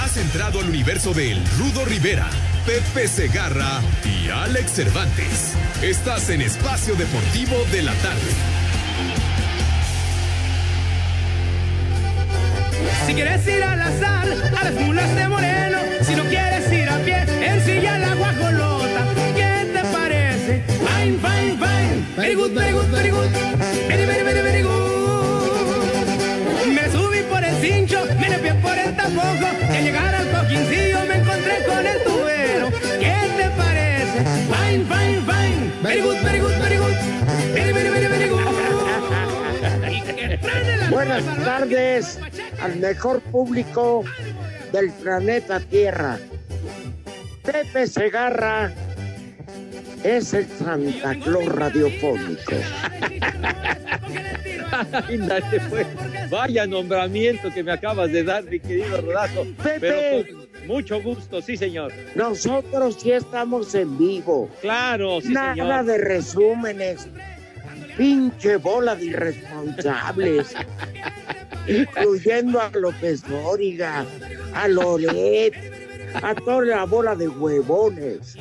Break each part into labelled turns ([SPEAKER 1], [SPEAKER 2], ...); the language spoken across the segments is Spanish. [SPEAKER 1] Has entrado al universo de El Rudo Rivera, Pepe Segarra y Alex Cervantes. Estás en Espacio Deportivo de la Tarde.
[SPEAKER 2] Si quieres ir al azar, a las mulas de Moreno. Si no quieres ir a pie, ensilla la guajolota. ¿Qué te parece? Fine, fine, fine. Very good, very good, very good. Very, very, very, very good. Me subí por el cincho, me limpié por el tapojo. Y al llegar al coquincillo me encontré con el tubero. ¿Qué te parece? Fine, fine, fine. Very good, very good, very good. Very, very, very, very good. Y que truene la
[SPEAKER 3] Buenas
[SPEAKER 2] bárbara.
[SPEAKER 3] tardes al mejor público del planeta Tierra. Pepe Segarra es el Santa Claus radiofónico.
[SPEAKER 4] Imagínate, pues, vaya nombramiento que me acabas de dar, mi querido Rodazo. Pero
[SPEAKER 3] Pepe,
[SPEAKER 4] con mucho gusto, sí, señor.
[SPEAKER 3] nosotros sí estamos en vivo.
[SPEAKER 4] Claro, sí,
[SPEAKER 3] Nada
[SPEAKER 4] señor.
[SPEAKER 3] de resúmenes. Pinche bola de irresponsables. incluyendo a López Dóriga, a Loret, a toda la bola de huevones.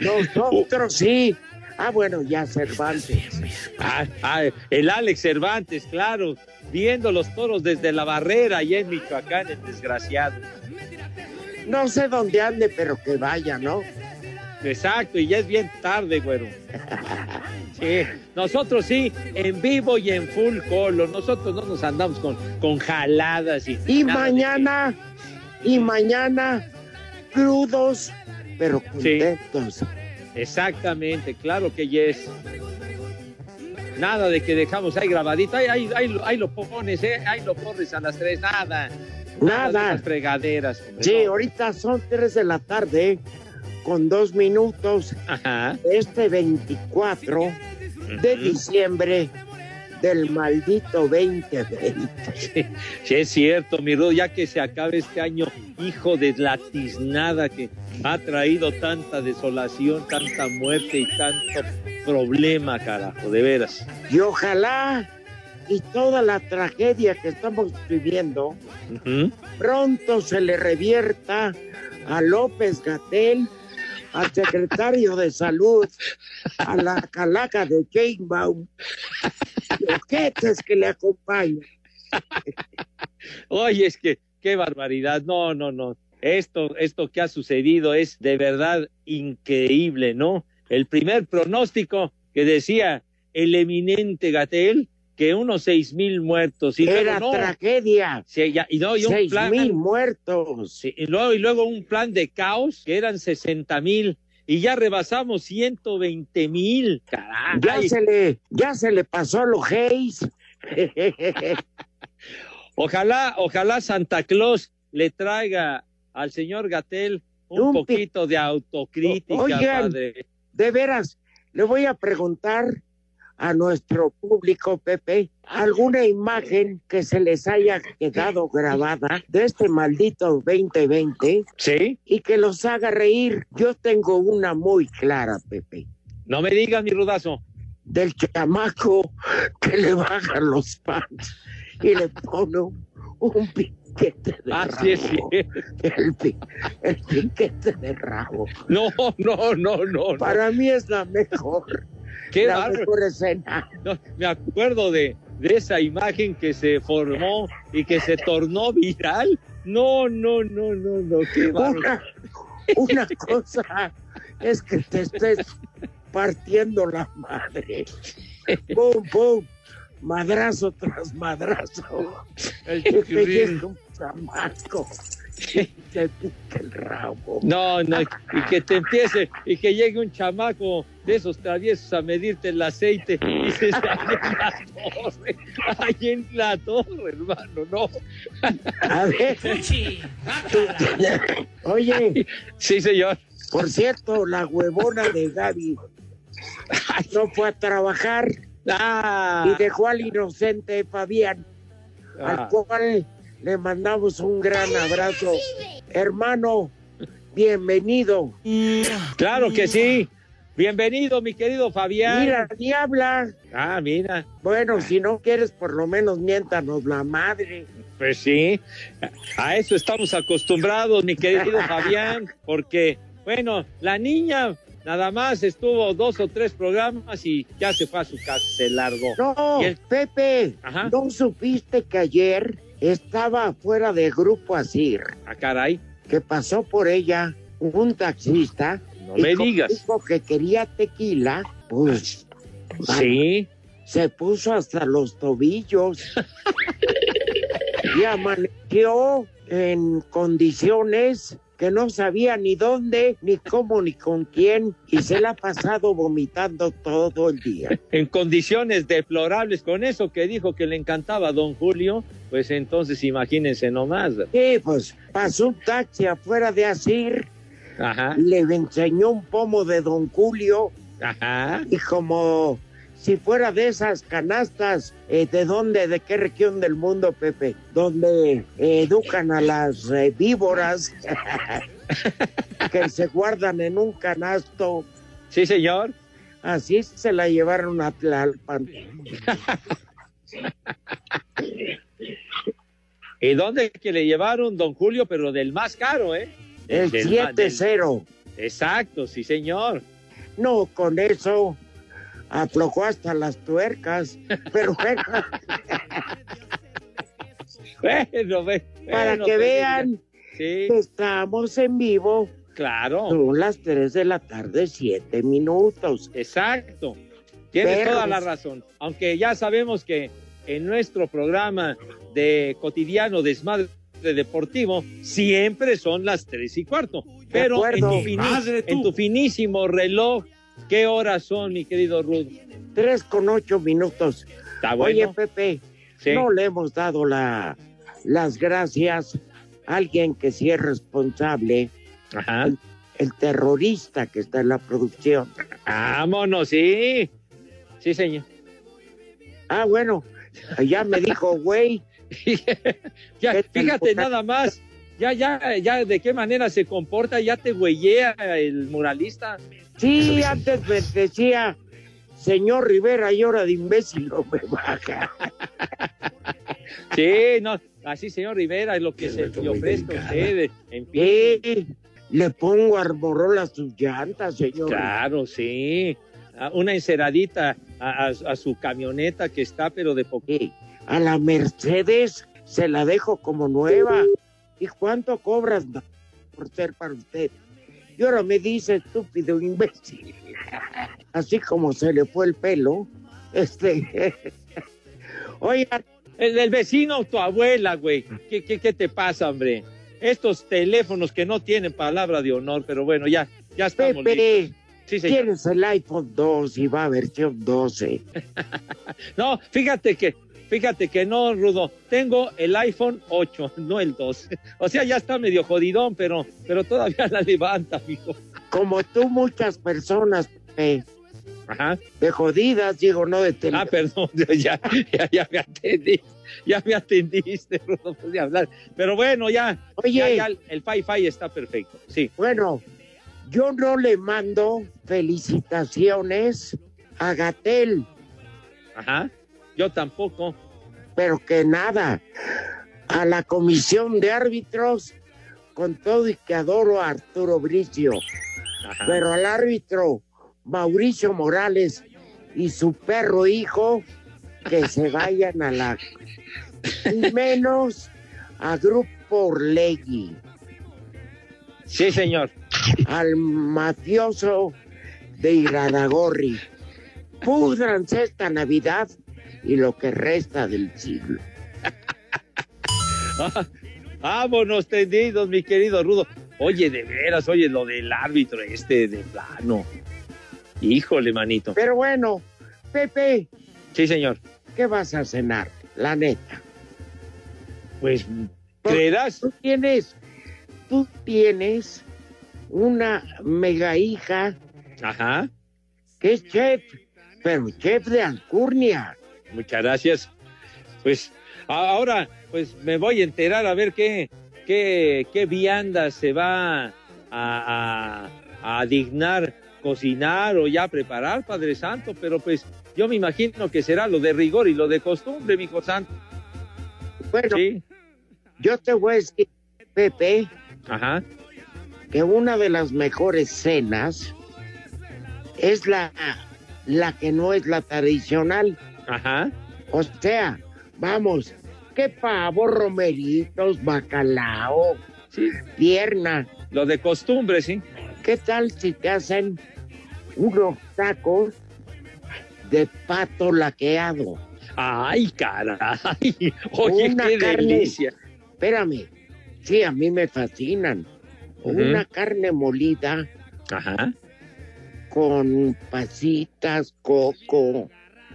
[SPEAKER 3] Nosotros sí. Ah, bueno, ya Cervantes.
[SPEAKER 4] Ah, ah, el Alex Cervantes, claro, viendo los toros desde la barrera allá en Michoacán, el desgraciado.
[SPEAKER 3] No sé dónde ande, pero que vaya, ¿no?
[SPEAKER 4] Exacto, y ya es bien tarde, güero. Sí, nosotros sí, en vivo y en full color. Nosotros no nos andamos con, con jaladas y.
[SPEAKER 3] Y
[SPEAKER 4] nada de-
[SPEAKER 3] mañana, y mañana, crudos, pero
[SPEAKER 4] Sí.
[SPEAKER 3] contentos.
[SPEAKER 4] Exactamente, claro que yes. Nada de que dejamos ahí grabadito, ahí, ahí, ahí, lo- ahí lo pones, ¿eh? ahí lo pones a las tres, nada. de
[SPEAKER 3] Nada.
[SPEAKER 4] esas fregaderas. hombre,
[SPEAKER 3] Sí,
[SPEAKER 4] no.
[SPEAKER 3] ahorita son 3 de la tarde, con dos minutos.
[SPEAKER 4] Ajá.
[SPEAKER 3] este 24 de
[SPEAKER 4] Ujú.
[SPEAKER 3] diciembre del maldito 2020.
[SPEAKER 4] Sí, es cierto, mi Rudo, ya que se acabe este año, hijo de la tiznada que ha traído tanta desolación, tanta muerte y tanto problema, carajo, de veras.
[SPEAKER 3] Y ojalá y toda la tragedia que estamos viviendo
[SPEAKER 4] Ujú.
[SPEAKER 3] pronto se le revierta a López Gatel, al secretario de Salud, a la calaca de Chainbaum, los jetes que le acompañan.
[SPEAKER 4] Oye, es que qué barbaridad. No, no, no. Esto, esto que ha sucedido es de verdad increíble, ¿no? El primer pronóstico que decía el eminente Gatel que unos seis mil muertos y
[SPEAKER 3] Era
[SPEAKER 4] luego, no,
[SPEAKER 3] tragedia.
[SPEAKER 4] sí, ya- y, no, y un
[SPEAKER 3] Seis
[SPEAKER 4] plan,
[SPEAKER 3] mil muertos.
[SPEAKER 4] sí, y luego, y luego un plan de caos que eran sesenta mil y ya rebasamos ciento veinte mil.
[SPEAKER 3] Ya
[SPEAKER 4] Caray.
[SPEAKER 3] se le, ya se le pasó a los gays.
[SPEAKER 4] Ojalá, ojalá Santa Claus le traiga al señor Gatel un,
[SPEAKER 3] Un pi-
[SPEAKER 4] poquito de autocrítica,
[SPEAKER 3] O- oigan.
[SPEAKER 4] padre.
[SPEAKER 3] De veras, le voy a preguntar a nuestro público, Pepe, alguna imagen que se les haya quedado grabada de este maldito 2020
[SPEAKER 4] ¿Sí?
[SPEAKER 3] y que los haga reír. Yo tengo una muy clara, Pepe,
[SPEAKER 4] No me digas, mi rudazo.
[SPEAKER 3] del chamaco que le bajan los pants y le pone un, un piquete de
[SPEAKER 4] Ah,
[SPEAKER 3] rabo.
[SPEAKER 4] sí, sí.
[SPEAKER 3] El, pi- el piquete de rabo.
[SPEAKER 4] No, no, no, no. no.
[SPEAKER 3] Para mí es la mejor,
[SPEAKER 4] Qué
[SPEAKER 3] la
[SPEAKER 4] bárbaro.
[SPEAKER 3] mejor escena.
[SPEAKER 4] No, me acuerdo de, de esa imagen que se formó y que se tornó viral No, no, no, no, no, qué bárbaro.
[SPEAKER 3] Una, una cosa es que te estés partiendo la madre. Pum, pum. Madrazo tras madrazo.
[SPEAKER 4] El
[SPEAKER 3] Que te
[SPEAKER 4] chiquirrín.
[SPEAKER 3] llegue un chamaco. y Te pique el rabo.
[SPEAKER 4] No, no, y que te empiece, y que llegue un chamaco de esos traviesos a medirte el aceite y dices, ahí en la torre, ahí en la torre, hermano, no.
[SPEAKER 3] A ver. Oye,
[SPEAKER 4] Sí, señor.
[SPEAKER 3] por cierto, la huevona de Gaby no fue a trabajar y
[SPEAKER 4] Ah,
[SPEAKER 3] dejó al inocente Fabián, al
[SPEAKER 4] ah,
[SPEAKER 3] cual le mandamos un gran abrazo. Hermano, bienvenido.
[SPEAKER 4] claro que sí. Bienvenido, mi querido Fabián.
[SPEAKER 3] Mira, diabla.
[SPEAKER 4] Ah, mira,
[SPEAKER 3] Bueno, si no quieres, por lo menos miéntanos la madre.
[SPEAKER 4] pues sí. A eso estamos acostumbrados, mi querido Fabián, porque, bueno, la niña nada más estuvo dos o tres programas y ya se fue a su casa, se largó.
[SPEAKER 3] No,
[SPEAKER 4] ¿Y el-
[SPEAKER 3] Pepe,
[SPEAKER 4] Ajá.
[SPEAKER 3] ¿no supiste que ayer estaba afuera de Grupo Asir,
[SPEAKER 4] Ah, caray,
[SPEAKER 3] que pasó por ella un taxista?
[SPEAKER 4] no
[SPEAKER 3] y
[SPEAKER 4] me
[SPEAKER 3] como
[SPEAKER 4] digas.
[SPEAKER 3] Dijo que quería tequila, pues
[SPEAKER 4] Sí,
[SPEAKER 3] se puso hasta los tobillos y amaneció en condiciones que no sabía ni dónde, ni cómo, ni con quién, y se la ha pasado vomitando todo el día.
[SPEAKER 4] en condiciones deplorables, con eso que dijo que le encantaba a don Julio, pues entonces imagínense nomás.
[SPEAKER 3] Sí, pues pasó un taxi afuera de Asir,
[SPEAKER 4] Ajá,
[SPEAKER 3] le enseñó un pomo de Don Julio
[SPEAKER 4] ajá.
[SPEAKER 3] y como si fuera de esas canastas, eh, ¿de dónde, de qué región del mundo, Pepe? Donde eh, educan a las eh, víboras que se guardan en un canasto.
[SPEAKER 4] Sí, señor.
[SPEAKER 3] Así se la llevaron a Tlalpan.
[SPEAKER 4] ¿Y dónde que le llevaron don Julio, pero del más caro, eh?
[SPEAKER 3] El
[SPEAKER 4] Del ma- del-
[SPEAKER 3] 7-0.
[SPEAKER 4] Exacto, sí, señor.
[SPEAKER 3] No, con eso aflojó hasta las tuercas. Pero bueno,
[SPEAKER 4] Bueno, ve-
[SPEAKER 3] para
[SPEAKER 4] bueno,
[SPEAKER 3] que
[SPEAKER 4] pues,
[SPEAKER 3] vean
[SPEAKER 4] Sí,
[SPEAKER 3] que estamos en vivo,
[SPEAKER 4] claro,
[SPEAKER 3] son las 3 de la tarde, 7 minutos.
[SPEAKER 4] exacto. Tiene
[SPEAKER 3] Perros.
[SPEAKER 4] toda la razón. Aunque ya sabemos que en nuestro programa de cotidiano desmadre deportivo siempre son las tres y cuarto. Pero en
[SPEAKER 3] acuerdo.
[SPEAKER 4] tu, fini-
[SPEAKER 5] Madre, tú.
[SPEAKER 4] en tu finísimo reloj, ¿qué horas son, mi querido Rudo?
[SPEAKER 3] 3 con 8 minutos.
[SPEAKER 4] Está
[SPEAKER 3] Oye,
[SPEAKER 4] Ah, bueno.
[SPEAKER 3] Pepe,
[SPEAKER 4] Sí.
[SPEAKER 3] no le hemos dado la, las gracias a alguien que sí es responsable,
[SPEAKER 4] Ajá.
[SPEAKER 3] el terrorista que está en la producción.
[SPEAKER 4] Vámonos, sí. Sí, señor.
[SPEAKER 3] Ah, bueno, ya me dijo, güey,
[SPEAKER 4] Ya,
[SPEAKER 3] ¿Qué tal,
[SPEAKER 4] fíjate
[SPEAKER 3] puta?
[SPEAKER 4] nada más, ya, ya, ya, de qué manera se comporta, ya te güeyea el muralista.
[SPEAKER 3] sí, antes me decía, señor Rivera, y hora de imbécil no me baja.
[SPEAKER 4] Sí, no, así señor Rivera, es lo que se le ofrezca a ustedes. En fin,
[SPEAKER 3] Sí, le pongo armorola a sus llantas, señor.
[SPEAKER 4] claro, sí. Ah, Una enceradita a, a- a su camioneta que está, pero de poquito.
[SPEAKER 3] Sí, a la Mercedes se la dejo como nueva. ¿Y cuánto cobras ma- por ser para usted? Y ahora me dice estúpido imbécil. Así como se le fue el pelo. Este. Oigan,
[SPEAKER 4] El, del vecino, tu abuela, güey. ¿Qué, qué, qué te pasa, hombre? Estos teléfonos que no tienen palabra de honor, pero bueno, ya, ya estamos listos.
[SPEAKER 3] Pepe,
[SPEAKER 4] Sí, señor.
[SPEAKER 3] tienes el iPhone 2 y va a versión 12.
[SPEAKER 4] No, fíjate que, fíjate que no, Rudo. Tengo el iPhone 8, no el 2. O sea, ya está medio jodidón, pero, pero todavía la levanta, hijo.
[SPEAKER 3] Como tú, muchas personas, Pepe,
[SPEAKER 4] Ajá.
[SPEAKER 3] de jodidas, digo, no de
[SPEAKER 4] Ah,
[SPEAKER 3] teléfono.
[SPEAKER 4] perdón, ya, ya, ya me atendiste, ya me atendiste, Rudo, podía hablar. Pero bueno, ya, ya,
[SPEAKER 3] Oye,
[SPEAKER 4] ya el- el Wi-Fi está perfecto. Sí,
[SPEAKER 3] Bueno, yo no le mando felicitaciones a Gatel,
[SPEAKER 4] ajá. Yo tampoco.
[SPEAKER 3] pero que nada, a la comisión de árbitros, con todo y que adoro a Arturo Bricio,
[SPEAKER 4] Ajá.
[SPEAKER 3] pero al árbitro Mauricio Morales y su perro hijo, que se vayan a la... Y menos a Grupo Grupo Orlegui,
[SPEAKER 4] Sí, señor.
[SPEAKER 3] al mafioso de Iraragorri. Pudranse esta Navidad y lo que resta del siglo.
[SPEAKER 4] Vámonos tendidos, mi querido Rudo. Oye, de veras, oye, lo del árbitro este de plano. Híjole, manito.
[SPEAKER 3] Pero bueno, Pepe,
[SPEAKER 4] Sí, señor.
[SPEAKER 3] ¿qué vas a cenar? La neta.
[SPEAKER 4] Pues, ¿creerás?
[SPEAKER 3] Tú tienes, tú tienes una mega hija
[SPEAKER 4] Ajá.
[SPEAKER 3] que es chef, pero chef de alcurnia.
[SPEAKER 4] Muchas gracias. Pues a- ahora, pues me voy a enterar a ver qué, qué, qué vianda se va a, a- a dignar cocinar o ya preparar, Padre Santo, pero pues yo me imagino que será lo de rigor y lo de costumbre, mi hijo santo.
[SPEAKER 3] Bueno,
[SPEAKER 4] Sí,
[SPEAKER 3] yo te voy a decir, Pepe,
[SPEAKER 4] ajá.
[SPEAKER 3] que una de las mejores cenas es la, la que no es la tradicional.
[SPEAKER 4] Ajá.
[SPEAKER 3] O sea, vamos, qué pavo, romeritos, bacalao,
[SPEAKER 4] Sí,
[SPEAKER 3] pierna.
[SPEAKER 4] lo de costumbre, sí.
[SPEAKER 3] ¿Qué tal si te hacen unos tacos de pato laqueado?
[SPEAKER 4] Ay, caray. Oye,
[SPEAKER 3] Una
[SPEAKER 4] qué
[SPEAKER 3] carne.
[SPEAKER 4] delicia.
[SPEAKER 3] Espérame, sí, a mí me fascinan. O
[SPEAKER 4] Ujú.
[SPEAKER 3] Una carne molida
[SPEAKER 4] Ajá,
[SPEAKER 3] con pasitas, coco,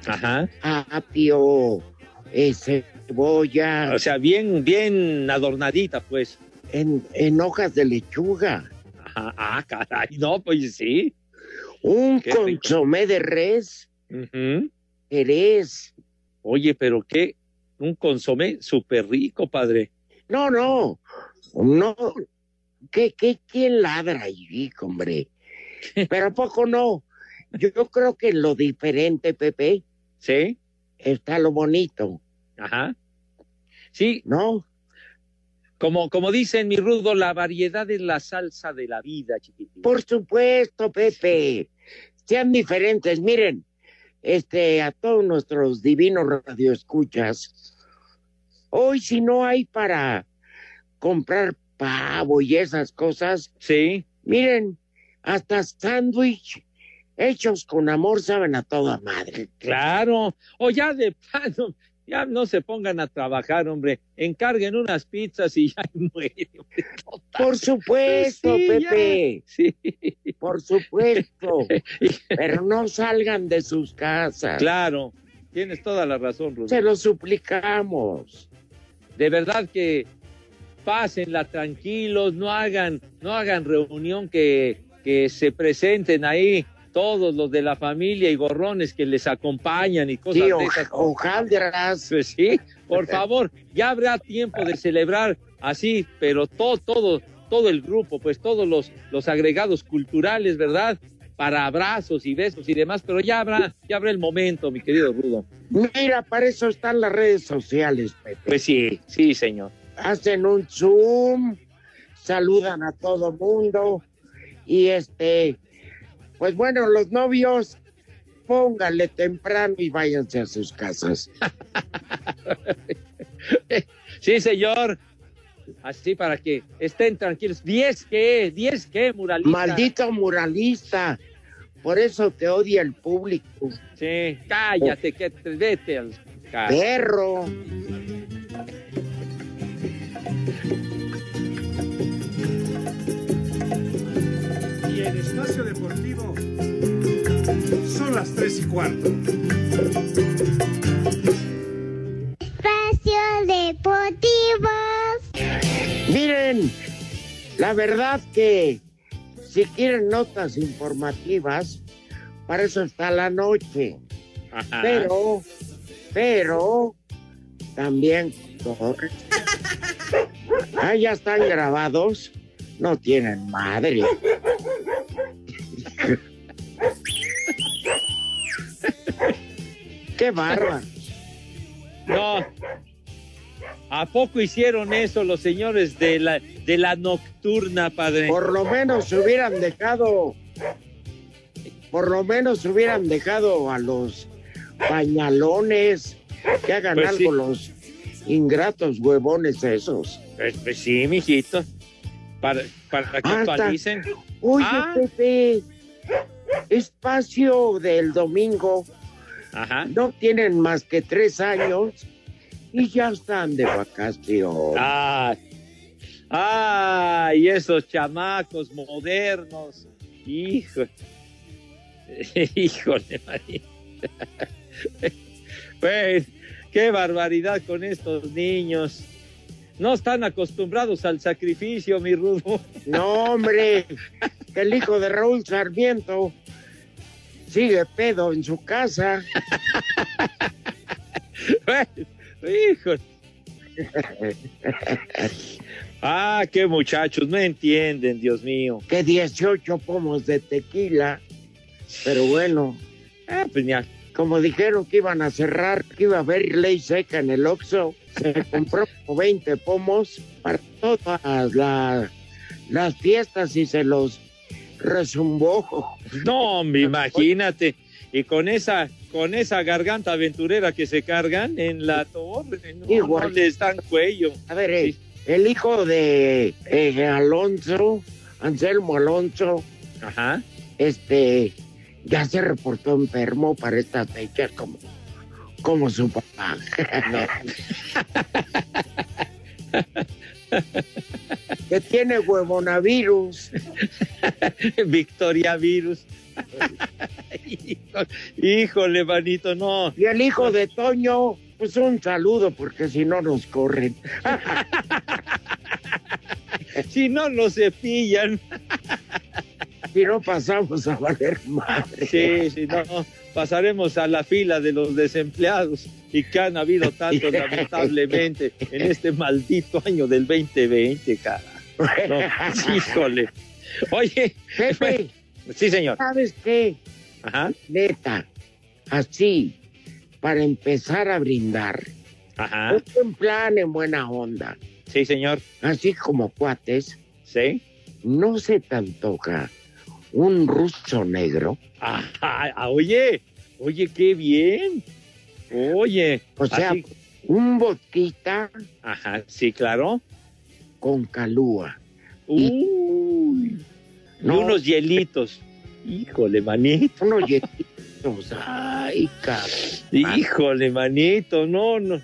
[SPEAKER 4] ajá.
[SPEAKER 3] apio, eh, cebolla,
[SPEAKER 4] O sea, bien, bien adornadita, pues.
[SPEAKER 3] en, en hojas de lechuga.
[SPEAKER 4] Ajá, ah, caray, no, pues sí.
[SPEAKER 3] Un
[SPEAKER 4] Qué rico.
[SPEAKER 3] consomé de res,
[SPEAKER 4] Ujú.
[SPEAKER 3] jerez.
[SPEAKER 4] Oye, pero qué, un consomé súper rico, padre.
[SPEAKER 3] No, no, no. ¿Qué, qué, ¿Quién ladra ahí, hombre? Pero ¿a poco no. Yo, yo creo que en lo diferente, Pepe,
[SPEAKER 4] ¿Sí?
[SPEAKER 3] está lo bonito,
[SPEAKER 4] Ajá. Sí,
[SPEAKER 3] ¿no?
[SPEAKER 4] como, como dicen mi rudo, la variedad es la salsa de la vida, chiquitín.
[SPEAKER 3] Por supuesto, Pepe. Sean diferentes. Miren, este, a todos nuestros divinos radioescuchas, hoy si no hay para comprar pavo y esas cosas,
[SPEAKER 4] Sí,
[SPEAKER 3] miren, hasta sándwich hechos con amor saben a toda madre.
[SPEAKER 4] claro. O ya de plano, ya no se pongan a trabajar, hombre. Encarguen unas pizzas y ya muere. hombre. Total.
[SPEAKER 3] Por supuesto,
[SPEAKER 4] Sí, ya.
[SPEAKER 3] Pepe,
[SPEAKER 4] Sí,
[SPEAKER 3] por supuesto. Pero no salgan de sus casas.
[SPEAKER 4] claro. Tienes toda la razón, Rudo.
[SPEAKER 3] Se lo suplicamos.
[SPEAKER 4] de verdad que pásenla tranquilos, no hagan, no hagan reunión que, que se presenten ahí todos los de la familia y gorrones que les acompañan y cosas
[SPEAKER 3] Sí,
[SPEAKER 4] de
[SPEAKER 3] oja-
[SPEAKER 4] esas.
[SPEAKER 3] hojaldras.
[SPEAKER 4] Pues sí, por favor, ya habrá tiempo de celebrar así, pero todo, todo, todo el grupo, pues todos los, los agregados culturales, ¿verdad? Para abrazos y besos y demás, pero ya habrá, ya habrá el momento, mi querido Rudo.
[SPEAKER 3] Mira, para eso están las redes sociales, Pepe.
[SPEAKER 4] Pues sí, sí, señor.
[SPEAKER 3] Hacen un Zoom, saludan a todo mundo y este, pues bueno, los novios, pónganle temprano y váyanse a sus casas.
[SPEAKER 4] Sí, señor. Así para que estén tranquilos. ¿Diez qué? ¿Diez qué, muralista?
[SPEAKER 3] Maldito muralista, por eso te odia el público,
[SPEAKER 4] Sí, cállate, que te vete al... ca-
[SPEAKER 3] perro.
[SPEAKER 5] Y en Espacio Deportivo son las tres y cuarto.
[SPEAKER 6] Espacio Deportivo.
[SPEAKER 3] Miren, la verdad que si quieren notas informativas, para eso está la noche.
[SPEAKER 4] Ajá.
[SPEAKER 3] Pero, pero, también... Ah, ya están grabados. No tienen madre. Qué bárbaro.
[SPEAKER 4] No. ¿A poco hicieron eso los señores de la, de la nocturna, padre?
[SPEAKER 3] Por lo menos hubieran dejado, por lo menos hubieran dejado a los pañalones que hagan
[SPEAKER 4] Pues sí.
[SPEAKER 3] algo los ingratos huevones esos.
[SPEAKER 4] Pues, pues sí, mijito. Para, para que
[SPEAKER 3] Hasta-
[SPEAKER 4] actualicen.
[SPEAKER 3] Oye,
[SPEAKER 4] Ah.
[SPEAKER 3] Pepe, espacio del domingo.
[SPEAKER 4] Ajá.
[SPEAKER 3] No tienen más que tres años y ya están de vacaciones.
[SPEAKER 4] Ah, ay, esos chamacos modernos. Hijo. Híjole, María. Pues, qué barbaridad con estos niños. No están acostumbrados al sacrificio, mi rudo.
[SPEAKER 3] No, hombre, que el hijo de Raúl Sarmiento sigue pedo en su casa.
[SPEAKER 4] Pues, Híjole. Ah, qué muchachos, no entienden, Dios mío.
[SPEAKER 3] Que 18 pomos de tequila. Pero bueno,
[SPEAKER 4] Ah, pues ni a-
[SPEAKER 3] como dijeron que iban a cerrar, que iba a haber ley seca en el Oxxo, se compró como 20 pomos para todas la- las fiestas y se los resumbó.
[SPEAKER 4] No, hombre, imagínate. Y con esa, con esa garganta aventurera que se cargan en la torre, no,
[SPEAKER 3] Igual.
[SPEAKER 4] no les dan cuello.
[SPEAKER 3] A ver, eh, el hijo de eh, Alonso, Anselmo Alonso,
[SPEAKER 4] Ajá.
[SPEAKER 3] este ya se reportó enfermo para estas fechas como, como su papá. que tiene huevonavirus.
[SPEAKER 4] Victoria Virus. Híjole, Híjole, manito, no.
[SPEAKER 3] Y el hijo de Toño, pues un saludo, porque si no nos corren.
[SPEAKER 4] Si no, no se pillan.
[SPEAKER 3] Si no pasamos a valer madre.
[SPEAKER 4] Sí, sí, no. no. Pasaremos a la fila de los desempleados y que han habido tantos, lamentablemente, en este maldito año del 2020, cara. No, híjole. Oye,
[SPEAKER 3] Pepe,
[SPEAKER 4] sí, señor.
[SPEAKER 3] ¿sabes qué?
[SPEAKER 4] Ajá,
[SPEAKER 3] Neta, así, para empezar a brindar.
[SPEAKER 4] ajá.
[SPEAKER 3] Es En plan, en buena onda.
[SPEAKER 4] Sí, señor.
[SPEAKER 3] Así como cuates,
[SPEAKER 4] Sí.
[SPEAKER 3] ¿no se te antoja un ruso negro?
[SPEAKER 4] Ajá. ah, Oye, oye, qué bien. Oye.
[SPEAKER 3] O sea,
[SPEAKER 4] así-
[SPEAKER 3] un vodquita
[SPEAKER 4] ajá, sí, claro.
[SPEAKER 3] con calúa.
[SPEAKER 4] Uy. Y
[SPEAKER 3] No.
[SPEAKER 4] unos hielitos. Híjole, manito.
[SPEAKER 3] Unos yetitos. Ay, cabrón.
[SPEAKER 4] Híjole, manito. No, no.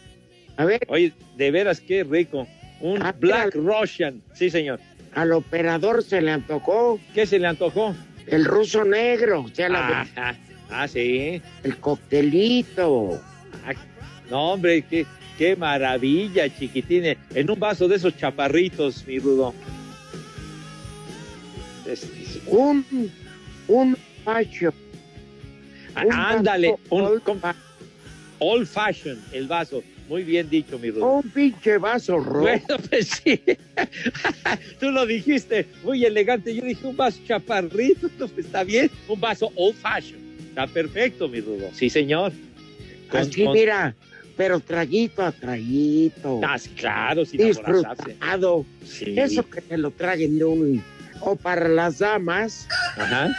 [SPEAKER 3] A ver,
[SPEAKER 4] Oye, de veras, qué rico. Un
[SPEAKER 3] Ah,
[SPEAKER 4] Black Russian. Sí, señor.
[SPEAKER 3] al operador se le antojó
[SPEAKER 4] ¿Qué se le antojó?
[SPEAKER 3] el ruso negro. O sea, la-
[SPEAKER 4] Ajá. Ah, sí. Ah,
[SPEAKER 3] el coctelito.
[SPEAKER 4] No, hombre, qué, qué maravilla, chiquitines. En un vaso de esos chaparritos, mi rudo. Es- es-
[SPEAKER 3] Un, un pacho.
[SPEAKER 4] á- ándale, un com- old fashion, el vaso. Muy bien dicho, mi rudo.
[SPEAKER 3] un pinche vaso rojo.
[SPEAKER 4] Bueno, pues sí. Tú lo dijiste muy elegante. Yo dije un vaso chaparrito. No, pues está bien. Un vaso old fashion. Está perfecto, mi rudo. Sí, señor. Con-
[SPEAKER 3] Así,
[SPEAKER 4] con-
[SPEAKER 3] mira, pero traguito a traguito.
[SPEAKER 4] Ah, claro, sin aborazarse.
[SPEAKER 3] Disfrutado.
[SPEAKER 4] Sí.
[SPEAKER 3] Eso que te lo traguen de un. O para las damas,
[SPEAKER 4] Ajá.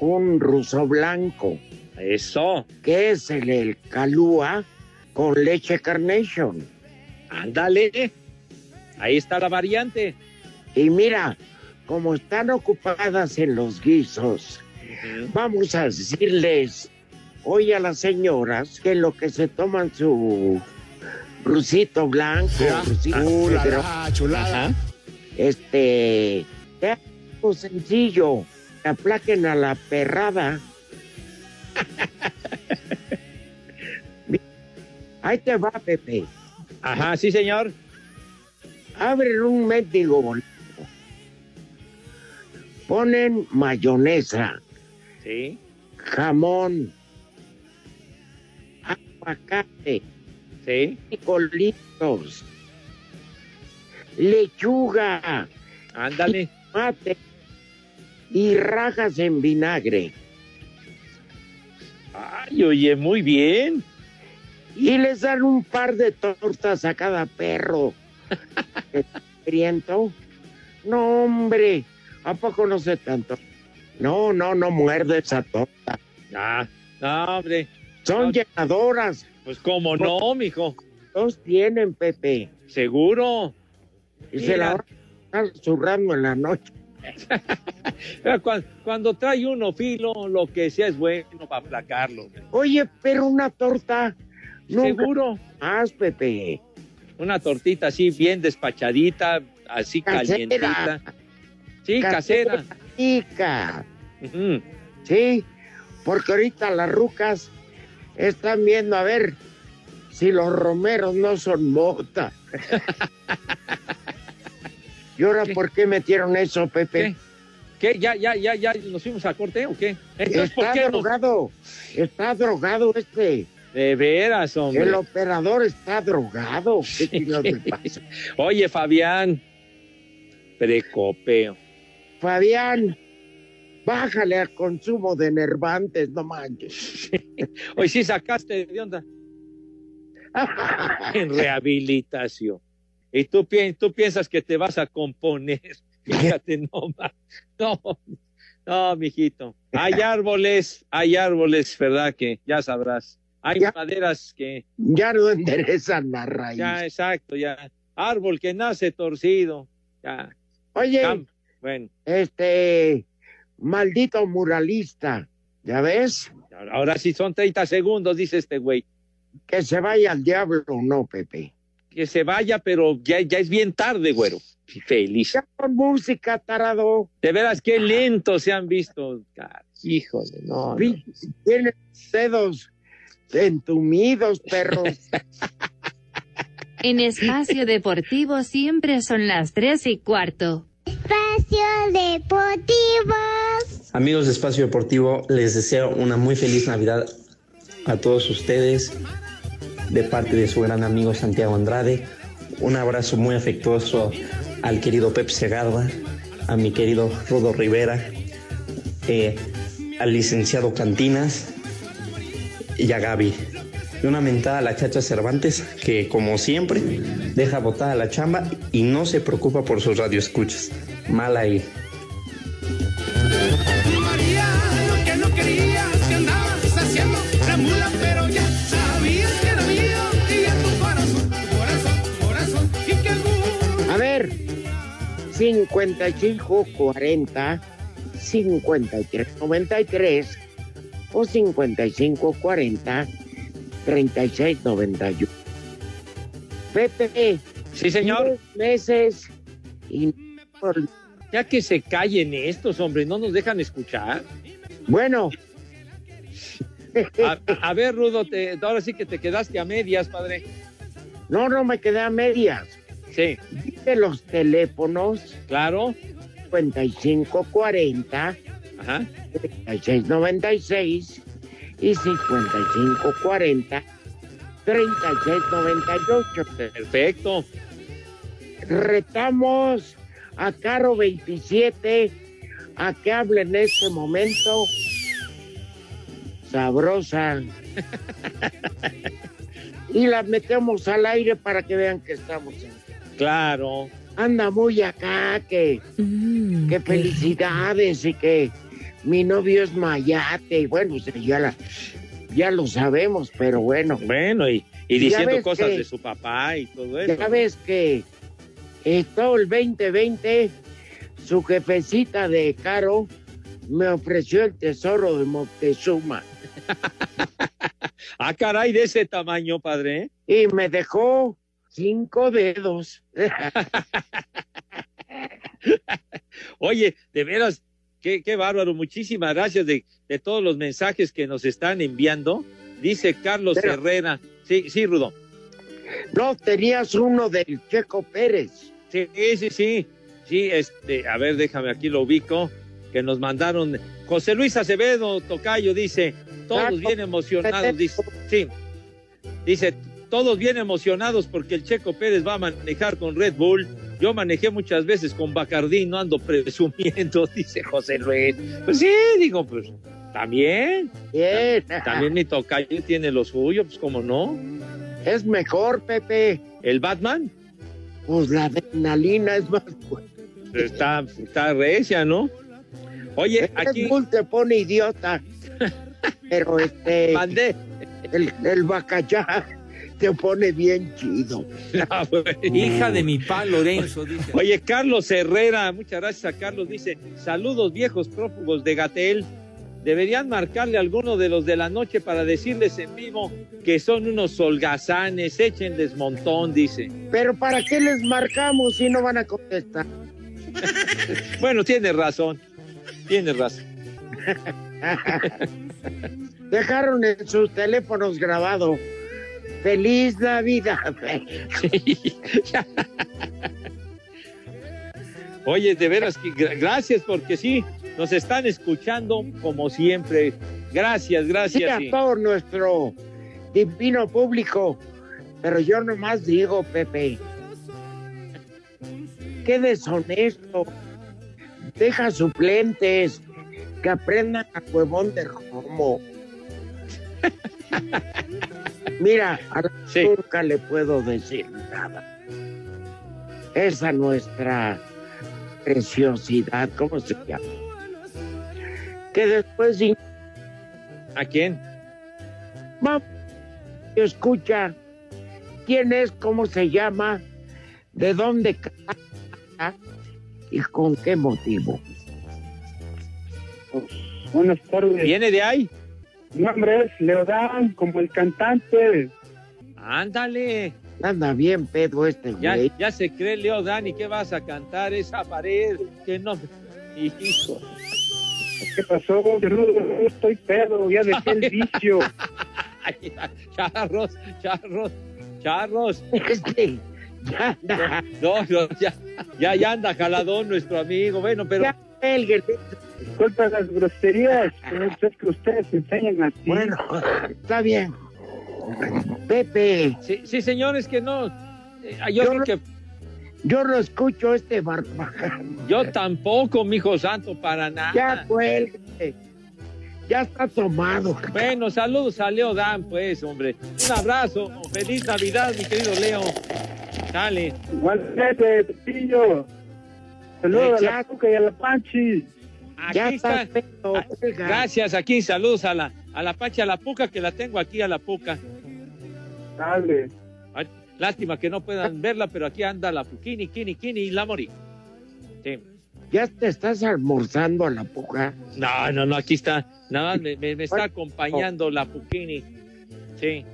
[SPEAKER 3] un ruso blanco,
[SPEAKER 4] Eso.
[SPEAKER 3] que es el, el calúa con leche carnation.
[SPEAKER 4] Ándale. Ahí está la variante.
[SPEAKER 3] Y mira, como están ocupadas en los guisos, vamos a decirles hoy a las señoras que en lo que se toman su rusito blanco, rusito negro,
[SPEAKER 4] Ajá.
[SPEAKER 3] este, es algo sencillo, que aplaquen a la perrada. Ahí te va, Pepe.
[SPEAKER 4] Ajá, sí, señor.
[SPEAKER 3] Abren un mendigo boleto. Ponen mayonesa,
[SPEAKER 4] Sí.
[SPEAKER 3] jamón, aguacate,
[SPEAKER 4] Sí.
[SPEAKER 3] colitos, lechuga,
[SPEAKER 4] Ándale.
[SPEAKER 3] mate y rajas en vinagre.
[SPEAKER 4] Ay, oye, muy bien.
[SPEAKER 3] Y les dan un par de tortas a cada perro. ¿Priento? No, hombre. ¿A poco no sé tanto? No, no, no muerde esa torta.
[SPEAKER 4] Ah, no, hombre.
[SPEAKER 3] Son
[SPEAKER 4] No.
[SPEAKER 3] llenadoras.
[SPEAKER 4] Pues cómo no, mijo.
[SPEAKER 3] Dos tienen, Pepe.
[SPEAKER 4] Seguro.
[SPEAKER 3] Y se la va a estar zurrando en la noche.
[SPEAKER 4] cuando, cuando trae uno filo, lo que sea es bueno para aplacarlo. hombre.
[SPEAKER 3] Oye, pero una torta. nunca
[SPEAKER 4] Seguro.
[SPEAKER 3] Más, Pepe.
[SPEAKER 4] Una tortita así, bien despachadita, así
[SPEAKER 3] Casera.
[SPEAKER 4] calientita. Sí, casera.
[SPEAKER 3] Chica.
[SPEAKER 4] Ujú.
[SPEAKER 3] Sí, porque ahorita las rucas están viendo a ver si los romeros no son mota. ¿Y ahora por qué metieron eso, Pepe?
[SPEAKER 4] ¿Qué? ¿Qué? ¿Ya, ya, ya, ya nos fuimos a corte o qué? Entonces, ¿por
[SPEAKER 3] Está
[SPEAKER 4] qué nos-
[SPEAKER 3] drogado, está drogado este.
[SPEAKER 4] De veras, hombre.
[SPEAKER 3] El operador está drogado. ¿Qué chingados le pasa?
[SPEAKER 4] Oye, Fabián. Precopeo.
[SPEAKER 3] Fabián, bájale al consumo de nervantes, no manches.
[SPEAKER 4] Hoy sí sacaste de onda. En rehabilitación. Y tú, pi- tú piensas que te vas a componer. Fíjate nomás. No, no, mijito. Hay árboles, hay árboles, ¿verdad? Que ya sabrás. Hay
[SPEAKER 3] Ya.
[SPEAKER 4] maderas que.
[SPEAKER 3] Ya no enderezan la raíz.
[SPEAKER 4] Ya, eh, exacto, ya. Árbol que nace torcido. Ya.
[SPEAKER 3] Oye,
[SPEAKER 4] Cam- Bueno,
[SPEAKER 3] este maldito muralista, ¿ya ves?
[SPEAKER 4] ahora sí son 30 segundos, dice este güey.
[SPEAKER 3] Que se vaya al diablo o no, Pepe.
[SPEAKER 4] Que se vaya, pero ya, ya es bien tarde, güero. Feliz.
[SPEAKER 3] Ya con música, tarado.
[SPEAKER 4] De veras, qué lentos se han visto. Car- Híjole, no. no.
[SPEAKER 3] Vi- Tienes dedos entumidos, perro.
[SPEAKER 7] En Espacio Deportivo siempre son las tres y cuarto.
[SPEAKER 6] Espacio Deportivo.
[SPEAKER 8] Amigos de Espacio Deportivo, les deseo una muy feliz Navidad a todos ustedes de parte de su gran amigo Santiago Andrade. Un abrazo muy afectuoso al querido Pep Segarda, a mi querido Rodo Rivera, eh, al licenciado Cantinas y a Gaby. Y una mentada a la chacha Cervantes, que como siempre deja botada la chamba y no se preocupa por sus radioescuchas. Mal ahí.
[SPEAKER 2] María, lo que no querías, que andabas haciendo la mula, pero ya sabías que era mío y a tu corazón, corazón, corazón, y que algún...
[SPEAKER 3] A ver, 55, 40, 53, 93 o 55, 40, 36, 91. Pepe,
[SPEAKER 4] Sí, señor.
[SPEAKER 3] diez meses y...
[SPEAKER 4] Ya que se callen estos, hombre, no nos dejan escuchar.
[SPEAKER 3] Bueno,
[SPEAKER 4] A, a ver, Rudo, te- ahora sí que te quedaste a medias, padre.
[SPEAKER 3] no, no me quedé a medias.
[SPEAKER 4] Sí,
[SPEAKER 3] De los teléfonos
[SPEAKER 4] claro.
[SPEAKER 3] 55, 40,
[SPEAKER 4] Ajá.
[SPEAKER 3] 36, 96 y 55, 40, 36, 98.
[SPEAKER 4] Perfecto.
[SPEAKER 3] retamos a Caro 27 a que hable en este momento. Sabrosa. y la metemos al aire para que vean que estamos. en-
[SPEAKER 4] Claro.
[SPEAKER 3] Anda muy acá, que, que felicidades y que mi novio es Mayate. Y bueno, o sea, ya, la- ya lo sabemos, pero bueno.
[SPEAKER 4] Bueno, y, y
[SPEAKER 3] Ya
[SPEAKER 4] diciendo
[SPEAKER 3] ves
[SPEAKER 4] cosas
[SPEAKER 3] que-
[SPEAKER 4] de su papá y todo eso.
[SPEAKER 3] Ya ves que eh, todo el 2020, su jefecita de Caro me ofreció el tesoro de Moctezuma
[SPEAKER 4] Ah, caray, de ese tamaño, padre. ¿eh?
[SPEAKER 3] y me dejó cinco dedos.
[SPEAKER 4] Oye, de veras, qué, qué bárbaro. Muchísimas gracias de, de todos los mensajes que nos están enviando. Dice Carlos
[SPEAKER 3] Pero-
[SPEAKER 4] Herrera. Sí, sí, Rudo.
[SPEAKER 3] No, tenías uno del Checo Pérez.
[SPEAKER 4] Sí, sí, sí. Sí, este, a ver, déjame aquí lo ubico. Que nos mandaron. José Luis Acevedo Tocayo dice: Todos
[SPEAKER 3] Claro.
[SPEAKER 4] bien emocionados. Dice, sí. Dice: Todos bien emocionados porque el Checo Pérez va a manejar con Red Bull. Yo manejé muchas veces con Bacardí, no ando presumiendo, dice José Luis. Pues sí, digo, pues también.
[SPEAKER 3] Bien.
[SPEAKER 4] También mi tocayo tiene lo suyo, pues como no.
[SPEAKER 3] Es mejor, Pepe.
[SPEAKER 4] El Batman
[SPEAKER 3] Pues la adrenalina es más fuerte.
[SPEAKER 4] está, está recia, ¿no? Oye,
[SPEAKER 3] Red
[SPEAKER 4] aquí
[SPEAKER 3] Bull te pone idiota. Pero este,
[SPEAKER 4] mandé.
[SPEAKER 3] el, el bacallá te pone bien chido.
[SPEAKER 9] Hija de mi pa Lorenzo, dice.
[SPEAKER 4] Ah, Oye, Carlos Herrera, muchas gracias a Carlos. Dice: Saludos, viejos prófugos de Gatel. Deberían marcarle a alguno de los de la noche para decirles en vivo que son unos holgazanes, échenles montón, dice.
[SPEAKER 3] Pero ¿para qué les marcamos si no van a contestar?
[SPEAKER 4] Bueno, tienes razón. Tienes razón.
[SPEAKER 3] Dejaron en sus teléfonos grabado. Feliz Navidad.
[SPEAKER 4] Oye, de veras, que gra- gracias porque sí, nos están escuchando como siempre. Gracias,
[SPEAKER 3] Sí,
[SPEAKER 4] gracias.
[SPEAKER 3] a
[SPEAKER 4] sí.
[SPEAKER 3] todo nuestro divino público. Pero yo nomás digo, Pepe, qué deshonesto. Deja suplentes que aprendan a huevón de romo. Mira, a la turca le puedo decir nada. Esa nuestra preciosidad, ¿cómo se llama? Que después de
[SPEAKER 4] ¿A quién?
[SPEAKER 3] Vamos, escucha. ¿Quién es? ¿Cómo se llama? ¿De dónde? ca- ¿Y con qué motivo?
[SPEAKER 10] Buenas tardes.
[SPEAKER 4] ¿Viene de ahí?
[SPEAKER 10] Mi nombre es Leodán, como el cantante.
[SPEAKER 4] Ándale.
[SPEAKER 3] Anda bien pedo este
[SPEAKER 4] Ya,
[SPEAKER 3] güey.
[SPEAKER 4] ya se cree, Leo Dani, que vas a cantar esa pared. Que no. Hijo.
[SPEAKER 10] ¿Qué pasó? Yo no- yo estoy pedo, ya dejé el vicio.
[SPEAKER 4] Ay, charros, charros, charros.
[SPEAKER 3] Este, ya
[SPEAKER 4] No, no, ya, ya, ya anda jaladón nuestro amigo. Bueno, pero.
[SPEAKER 10] Disculpa las groserías, pero es que ustedes se enseñan así.
[SPEAKER 3] Bueno, está bien. Pepe,
[SPEAKER 4] Sí, sí, señores, que no. Eh, Yo, creo que
[SPEAKER 3] yo no escucho este barbaján.
[SPEAKER 4] yo tampoco, mijo santo, para nada.
[SPEAKER 3] Ya cuélguese. Ya está tomado.
[SPEAKER 4] Bueno, saludos a Leo Dan, pues, hombre. Un abrazo. Feliz Navidad, mi querido Leo. Dale.
[SPEAKER 10] Igualmente, Pepillo. Saludos a la Cuca y a la Panchi.
[SPEAKER 4] Aquí está. Ah, Gracias, aquí saludos a la, a la Pacha, a la Puca, que la tengo aquí a la Puca.
[SPEAKER 10] Dale.
[SPEAKER 4] Ay, Lástima que no puedan verla, pero aquí anda la Puquini, Kini, Kini y la Mori. Sí.
[SPEAKER 3] Ya te estás almorzando a la puja.
[SPEAKER 4] No, no, no, aquí está. Nada más me, me- me está acompañando la Puquini. Sí.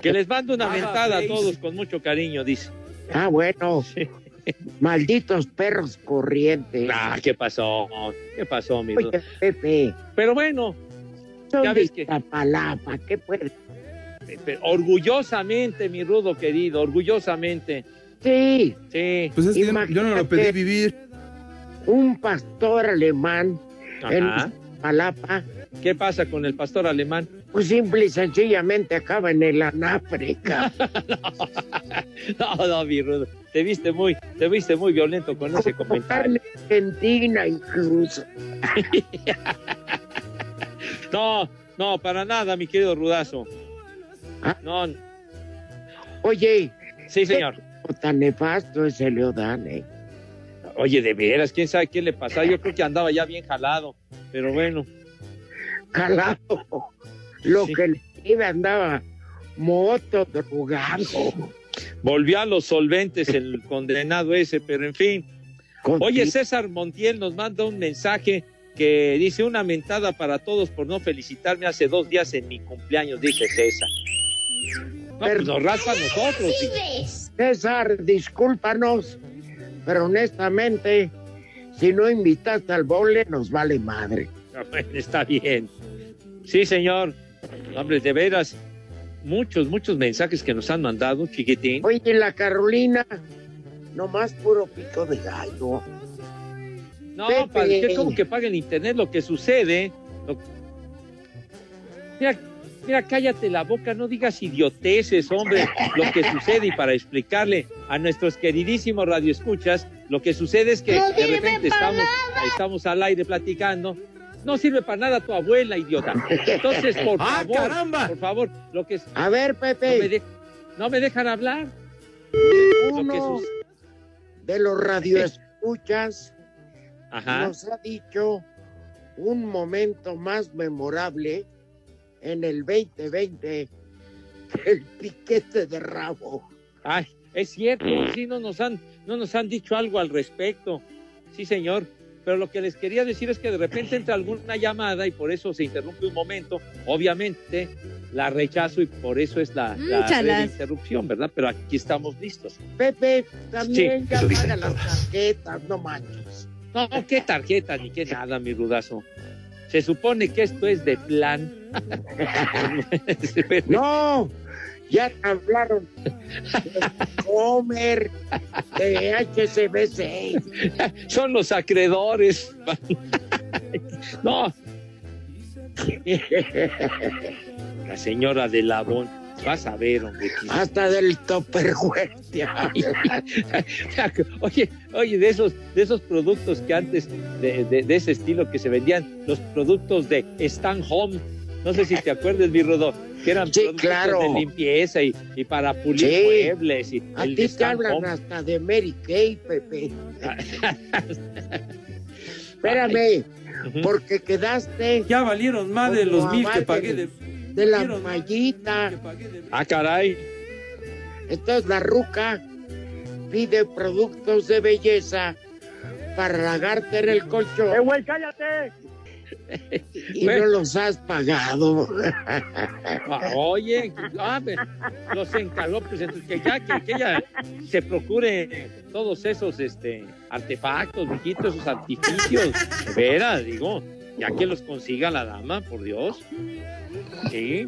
[SPEAKER 4] Que les mando una mentada a todos con mucho cariño, dice.
[SPEAKER 3] Ah, bueno. Malditos perros corrientes.
[SPEAKER 4] Ah, ¿qué pasó? ¿Qué pasó, mi
[SPEAKER 3] Oye, Pepe.
[SPEAKER 4] Pero bueno,
[SPEAKER 3] Son
[SPEAKER 4] ya ves que.
[SPEAKER 3] palapa, ¿qué puede?
[SPEAKER 4] Eh, pero Orgullosamente, mi rudo querido, orgullosamente.
[SPEAKER 3] Sí.
[SPEAKER 4] Sí.
[SPEAKER 11] Pues es que yo no- yo no lo pedí
[SPEAKER 3] vivir. Un pastor alemán
[SPEAKER 4] Ajá.
[SPEAKER 3] en Palapa,
[SPEAKER 4] ¿Qué pasa con el pastor alemán?
[SPEAKER 3] pues simple y sencillamente acaba en el anáfrica.
[SPEAKER 4] No, no, mi rudo. Te viste muy, te viste muy violento con ese
[SPEAKER 3] Carne
[SPEAKER 4] comentario.
[SPEAKER 3] argentina incluso.
[SPEAKER 4] No, no, para nada, mi querido rudazo. No,
[SPEAKER 3] Oye,
[SPEAKER 4] sí, señor.
[SPEAKER 3] tan nefasto es el Leodán, ¿eh?
[SPEAKER 4] Oye, de veras, quién sabe qué le pasaba. Yo creo que andaba ya bien jalado, pero bueno.
[SPEAKER 3] Calado. Lo que le iba andaba moto, drogado.
[SPEAKER 4] Volvió a los solventes el condenado ese, pero en fin. Oye, César Montiel nos manda un mensaje que dice una mentada para todos por no felicitarme hace dos días en mi cumpleaños, dice César. No, pues nos raspa a nosotros.
[SPEAKER 3] César, discúlpanos, pero honestamente, si no invitaste al bole, nos vale madre.
[SPEAKER 4] Ah, bueno, Está bien. Sí, señor. Hombre, de veras, muchos, muchos mensajes que nos han mandado, chiquitín.
[SPEAKER 3] Oye, la Carolina, nomás puro pico de gallo.
[SPEAKER 4] No, padre, que como que paga el internet lo que sucede. lo- Mira, mira, cállate la boca, no digas idioteces, hombre, lo que sucede. Y para explicarle a nuestros queridísimos radioescuchas, lo que sucede es que
[SPEAKER 2] No
[SPEAKER 4] de
[SPEAKER 2] sirve
[SPEAKER 4] repente
[SPEAKER 2] pa'
[SPEAKER 4] estamos,
[SPEAKER 2] nada.
[SPEAKER 4] estamos al aire platicando. No sirve para nada tu abuela, idiota. Entonces, por
[SPEAKER 2] ¡Ah,
[SPEAKER 4] favor,
[SPEAKER 2] caramba!
[SPEAKER 4] por favor, lo que es-
[SPEAKER 3] A ver, Pepe.
[SPEAKER 4] No me, de- no me dejan hablar. Lo que
[SPEAKER 3] Uno
[SPEAKER 4] sus-
[SPEAKER 3] de los radioescuchas
[SPEAKER 4] Ajá.
[SPEAKER 3] nos ha dicho un momento más memorable en el 2020 el piquete de rabo.
[SPEAKER 4] Ay, es cierto, sí, no nos han, no nos han dicho algo al respecto. Sí, señor. Pero lo que les quería decir es que de repente entra alguna llamada y por eso se interrumpe un momento. Obviamente la rechazo y por eso es la,
[SPEAKER 11] Mm,
[SPEAKER 4] la
[SPEAKER 11] chalas.
[SPEAKER 4] breve interrupción, ¿verdad? Pero aquí estamos listos.
[SPEAKER 3] Pepe, también
[SPEAKER 4] Sí,
[SPEAKER 3] ya
[SPEAKER 4] eso dicen
[SPEAKER 3] paga las tarjetas, no manches.
[SPEAKER 4] No, qué tarjeta ni qué nada, mi rudazo. Se supone que esto es de plan.
[SPEAKER 3] no, ya te hablaron. Comer de HSBC.
[SPEAKER 4] Son los acreedores. no. La señora de Labón. Vas a ver, hombre.
[SPEAKER 3] Hasta del topperware. te hablan.
[SPEAKER 4] oye, oye, de esos, de esos productos que antes, de, de- de ese estilo que se vendían, los productos de Stan Home, no sé si te acuerdas, mi Rodó, que eran productos
[SPEAKER 3] claro.
[SPEAKER 4] de limpieza y, y para pulir
[SPEAKER 3] Sí.
[SPEAKER 4] muebles y
[SPEAKER 3] A
[SPEAKER 4] el
[SPEAKER 3] ti te
[SPEAKER 4] Stan
[SPEAKER 3] hablan
[SPEAKER 4] Home.
[SPEAKER 3] hasta de Mary Kay, Pepe. Espérame, porque quedaste.
[SPEAKER 9] Ya valieron más de
[SPEAKER 3] como
[SPEAKER 9] los mil que
[SPEAKER 3] aval
[SPEAKER 9] pagué de-
[SPEAKER 3] de la mallita.
[SPEAKER 4] Ah, caray.
[SPEAKER 3] Entonces la ruca pide productos de belleza para lagarte en el colchón. ¡Eh, güey, cállate! Y
[SPEAKER 4] Güey.
[SPEAKER 3] no los has pagado.
[SPEAKER 4] Ah, oye, ah, me- los encalopes, entonces, que ya que, que ella se procure todos esos este, artefactos, viejitos, esos artificios, de veras, digo, ya que los consiga la dama, por Dios. Sí.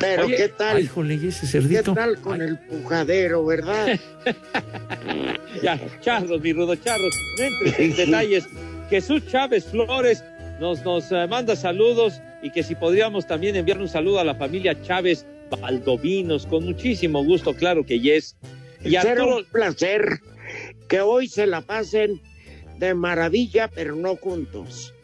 [SPEAKER 3] Pero
[SPEAKER 4] Oye,
[SPEAKER 3] ¿qué tal?
[SPEAKER 4] ay, jole, ¿y ese
[SPEAKER 3] ¿Qué
[SPEAKER 4] cerdito?
[SPEAKER 3] tal con el pujadero, verdad?
[SPEAKER 4] Ya, charros, mi rudo, charros. No entres en detalles. Jesús Chávez Flores nos, nos eh, manda saludos y que si podríamos también enviar un saludo a la familia Chávez Valdovinos, con muchísimo gusto, claro que yes. Y
[SPEAKER 3] Será
[SPEAKER 4] Arturo,
[SPEAKER 3] un placer que hoy se la pasen de maravilla, pero no juntos.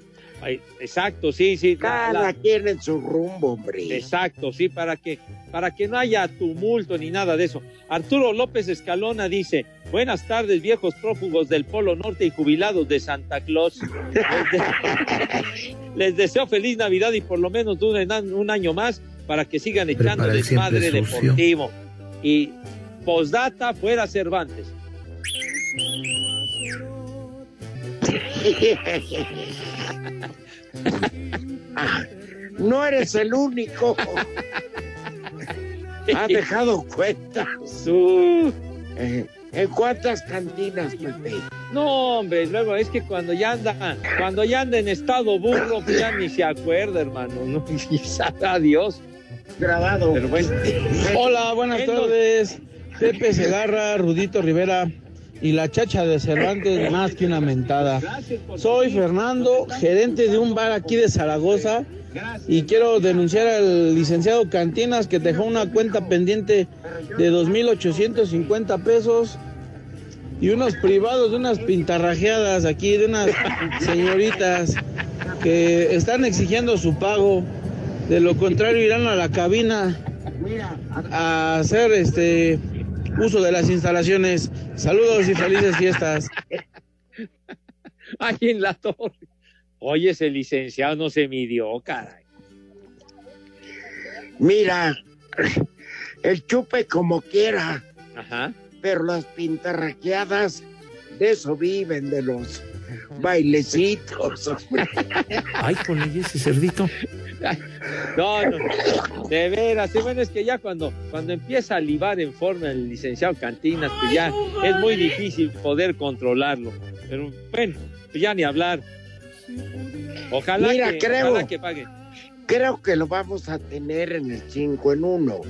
[SPEAKER 4] ay, exacto, sí, sí. la-
[SPEAKER 3] Cada
[SPEAKER 4] la-
[SPEAKER 3] quien en su rumbo, hombre.
[SPEAKER 4] Exacto, sí, para que, para que no haya tumulto ni nada de eso. Arturo López Escalona dice, buenas tardes viejos prófugos del Polo Norte y jubilados de Santa Claus. Les, de- les deseo feliz Navidad y por lo menos duren an- un año más para que sigan echando
[SPEAKER 12] Prepara el siempre
[SPEAKER 4] desmadre
[SPEAKER 12] sucio.
[SPEAKER 4] deportivo. Y postdata fuera Cervantes.
[SPEAKER 3] no eres el único. Ha dejado cuentas. Eh, ¿En cuántas cantinas, Pepe?
[SPEAKER 4] No, hombre, luego es que cuando ya anda, cuando ya anda en estado burro, pues ya ni se acuerda, hermano. No, Y sabrá Dios.
[SPEAKER 3] Grabado.
[SPEAKER 4] Pero bueno.
[SPEAKER 13] Hola, buenas
[SPEAKER 4] Él no-
[SPEAKER 13] tardes. Pepe Segarra, Rudito Rivera y la chacha de Cervantes, más que una mentada. Soy Fernando, gerente de un bar aquí de Zaragoza y quiero denunciar al licenciado Cantinas que dejó una cuenta pendiente de 2.850 pesos y unos privados de unas pintarrajeadas aquí, de unas señoritas que están exigiendo su pago. De lo contrario irán a la cabina a hacer este uso de las instalaciones. Saludos y felices fiestas.
[SPEAKER 4] Ay, en la torre. Oye, ese licenciado no se midió, caray.
[SPEAKER 3] Mira, el chupe como quiera,
[SPEAKER 4] Ajá.
[SPEAKER 3] pero las pintarraqueadas de eso viven, de los bailecitos. hombre.
[SPEAKER 9] Ay, con ese cerdito.
[SPEAKER 4] No, no, no. de veras. Y bueno, es que ya cuando, cuando empieza a libar en forma el licenciado Cantinas, pues ya es muy difícil poder controlarlo. Pero bueno, pues ya ni hablar. Ojalá,
[SPEAKER 3] Mira,
[SPEAKER 4] que,
[SPEAKER 3] creo.
[SPEAKER 4] ojalá que pague.
[SPEAKER 3] Creo que lo vamos a tener en el 5 en 1.
[SPEAKER 4] Ok.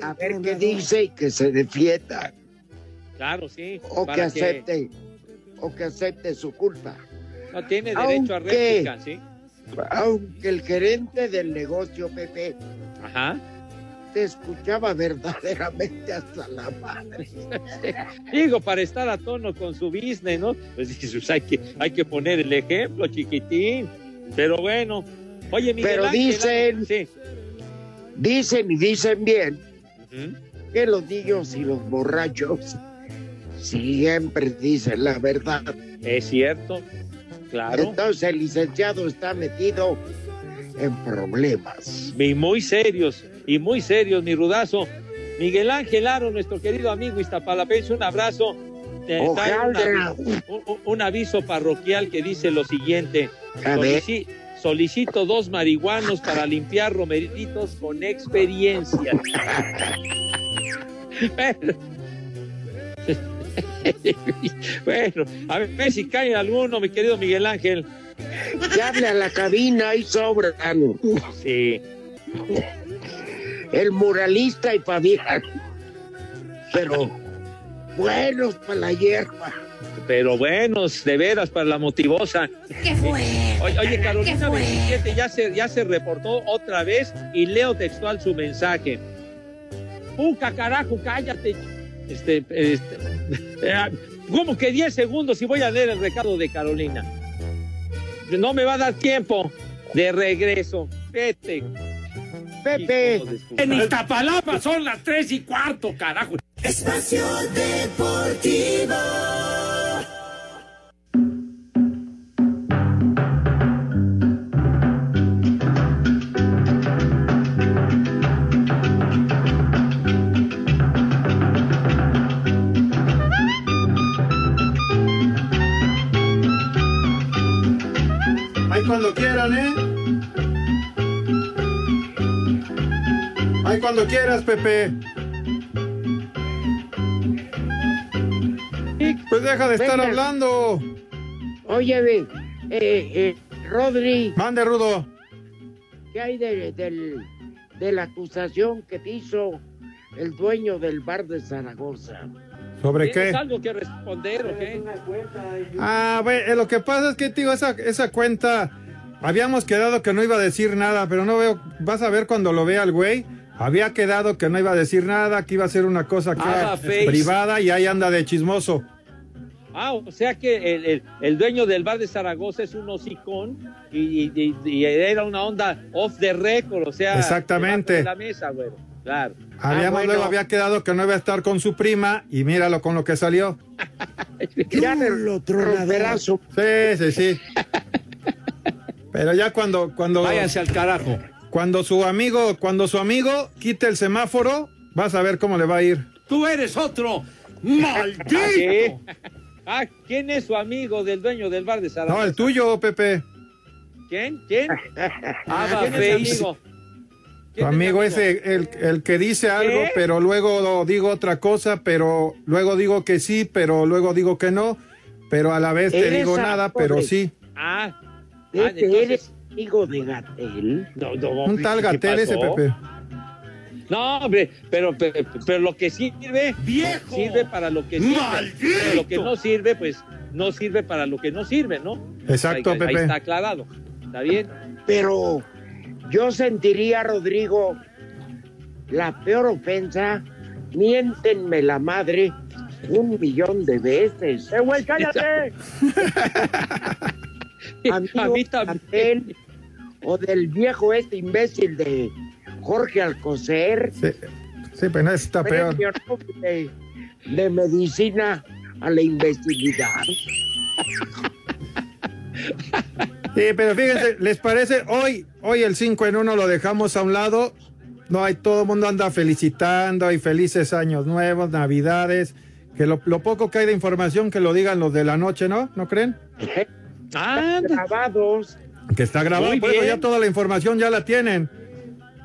[SPEAKER 3] A ver qué dice y que se defienda.
[SPEAKER 4] Claro, sí.
[SPEAKER 3] O que
[SPEAKER 4] para que-
[SPEAKER 3] acepte. O que acepte su culpa.
[SPEAKER 4] No tiene derecho a
[SPEAKER 3] Aunque-
[SPEAKER 4] réplica, ¿sí?
[SPEAKER 3] Aunque el gerente del negocio, Pepe,
[SPEAKER 4] Ajá.
[SPEAKER 3] te escuchaba verdaderamente hasta la madre.
[SPEAKER 4] Digo, para estar a tono con su business, ¿no? Pues dices, pues, hay que, hay que poner el ejemplo, chiquitín. Pero bueno, oye, Miguel
[SPEAKER 3] Pero
[SPEAKER 4] Ángel,
[SPEAKER 3] dicen-
[SPEAKER 4] Sí.
[SPEAKER 3] Dicen y dicen bien
[SPEAKER 4] Ujú.
[SPEAKER 3] que los niños y los borrachos siempre dicen la verdad.
[SPEAKER 4] Es cierto, claro.
[SPEAKER 3] Entonces el licenciado está metido en problemas.
[SPEAKER 4] Y muy serios. y muy serios, mi rudazo. Miguel Ángel Aro, nuestro querido amigo Iztapalapense, un abrazo. Te trae un
[SPEAKER 3] Ojalá.
[SPEAKER 4] avi- un, un- un aviso parroquial que dice lo siguiente.
[SPEAKER 3] A ver.
[SPEAKER 4] Solici- solicito dos marihuanos para limpiar romeritos con experiencia. Bueno. Bueno, a ver si cae alguno, mi querido Miguel Ángel.
[SPEAKER 3] Que hable a la cabina y sobran.
[SPEAKER 4] Sí.
[SPEAKER 3] El muralista y Fabián. Pero buenos para la hierba.
[SPEAKER 4] Pero buenos, de veras, para la motivosa.
[SPEAKER 3] ¿Qué fue?
[SPEAKER 4] Oye, oye,
[SPEAKER 3] ¿Qué
[SPEAKER 4] Carolina
[SPEAKER 3] fue?
[SPEAKER 4] 27 ya se, ya se reportó otra vez y leo textual su mensaje. Puca, carajo, cállate. Este, este, eh, ¿Cómo que 10 segundos y voy a leer el recado de Carolina? No me va a dar tiempo de regreso. Vete. Pepe.
[SPEAKER 2] En Iztapalapa son las tres y cuarto, carajo. Espacio Deportivo.
[SPEAKER 11] Ahí cuando quieran, ¿eh? Ahí cuando quieras, Pepe. Pues deja de estar
[SPEAKER 3] Venga.
[SPEAKER 11] hablando.
[SPEAKER 3] Oye, ve, eh, eh, Rodri.
[SPEAKER 11] Mande, Rudo.
[SPEAKER 3] ¿Qué hay de, del- de la acusación que te hizo el dueño del bar de Zaragoza?
[SPEAKER 11] ¿Sobre
[SPEAKER 4] ¿Tienes
[SPEAKER 11] qué?
[SPEAKER 4] algo que responder o qué?
[SPEAKER 11] Ah, bueno, lo que pasa es que, tío, esa, esa cuenta. Habíamos quedado que no iba a decir nada, pero no veo. Vas a ver cuando lo vea el güey. Había quedado que no iba a decir nada, que iba a ser una cosa acá
[SPEAKER 4] Ah, face.
[SPEAKER 11] privada y ahí anda de chismoso.
[SPEAKER 4] Ah, o sea que el, el- el dueño del bar de Zaragoza es un hocicón y, y- y- y era una onda off the record, o sea,
[SPEAKER 11] Exactamente.
[SPEAKER 4] debajo de la mesa, güey. Claro. Ah,
[SPEAKER 11] Habíamos Ah, luego había quedado que no iba a estar con su prima y míralo con lo que salió.
[SPEAKER 3] ya lo tronaderazo.
[SPEAKER 11] Sí, sí, sí. Pero ya cuando cuando váyanse al carajo. Cuando su amigo, cuando su amigo quite el semáforo, vas a ver cómo le va a ir.
[SPEAKER 2] Tú eres otro.
[SPEAKER 4] ¿Ah, sí? Ah, ¿quién es su amigo del dueño del bar de Zaragoza?
[SPEAKER 11] No, el tuyo, Pepe.
[SPEAKER 4] ¿Quién? ¿Quién? Ah, ¿quién
[SPEAKER 11] face.
[SPEAKER 4] es su amigo?
[SPEAKER 11] Tu amigo ese, el, el que dice algo,
[SPEAKER 4] ¿Qué?
[SPEAKER 11] pero luego digo otra cosa, pero luego digo que sí, pero luego digo que no, pero a la vez te
[SPEAKER 3] Eres
[SPEAKER 11] digo
[SPEAKER 3] a-
[SPEAKER 11] nada, pero sí.
[SPEAKER 4] Ah,
[SPEAKER 3] Pepe, eres amigo de Gatel.
[SPEAKER 4] No, no,
[SPEAKER 11] Un tal
[SPEAKER 4] ¿qué
[SPEAKER 11] Gatel ese,
[SPEAKER 4] pasó?
[SPEAKER 11] Pepe.
[SPEAKER 4] No, hombre, pero, pero, pero lo que sirve, sirve para lo que sirve. Pero Lo que no sirve, pues, no sirve para lo que no sirve, ¿no?
[SPEAKER 11] Exacto,
[SPEAKER 4] Ahí- ahí
[SPEAKER 11] Pepe.
[SPEAKER 4] está aclarado. ¿Está bien?
[SPEAKER 3] Pero yo sentiría, Rodrigo, la peor ofensa. Miéntenme la madre un millón de veces. ¡Eh, güey,
[SPEAKER 2] cállate!
[SPEAKER 3] Amigo Gatel, o del viejo este imbécil de Jorge Alcocer.
[SPEAKER 11] Sí, sí pero no, está peor.
[SPEAKER 3] premio Nobel de, de medicina a la imbecilidad.
[SPEAKER 11] Sí, pero fíjense, ¿les parece? Hoy, hoy el 5 en 1 lo dejamos a un lado. No hay todo el mundo anda felicitando y felices años nuevos, navidades. Que lo, lo poco que hay de información que lo digan los de la noche, ¿no? ¿No creen?
[SPEAKER 3] grabados.
[SPEAKER 11] Que está grabado.
[SPEAKER 3] Muy
[SPEAKER 11] Por eso
[SPEAKER 3] bien.
[SPEAKER 11] ya toda la información ya la tienen.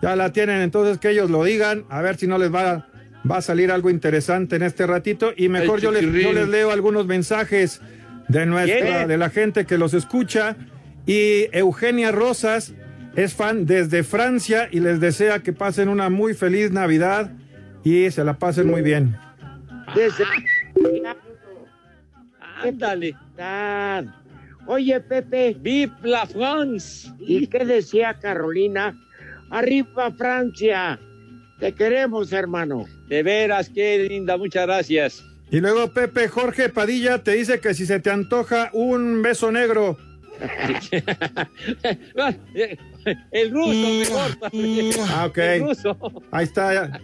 [SPEAKER 11] Ya la tienen. Entonces que ellos lo digan. A ver si no les va, a- va a salir algo interesante en este ratito. Y mejor yo les, yo
[SPEAKER 12] chiquirrín.
[SPEAKER 11] les leo algunos mensajes de nuestra,
[SPEAKER 12] ¿Quién?
[SPEAKER 11] de la gente que los escucha. Y Eugenia Rosas es fan desde Francia y les desea que pasen una muy feliz Navidad y se la pasen muy bien.
[SPEAKER 3] Desde-
[SPEAKER 4] Ándale.
[SPEAKER 3] Ah, Oye, Pepe.
[SPEAKER 4] ¡Vive la France!
[SPEAKER 3] ¿Y qué decía Carolina? ¡Arriba Francia! Te queremos, hermano.
[SPEAKER 4] De veras, qué linda, muchas gracias.
[SPEAKER 11] Y luego Pepe Jorge Padilla te dice que si se te antoja un beso negro.
[SPEAKER 4] Ah, eh, El ruso, mejor.
[SPEAKER 11] Ah, Mm, ok.
[SPEAKER 4] El ruso.
[SPEAKER 11] Ahí está. ya.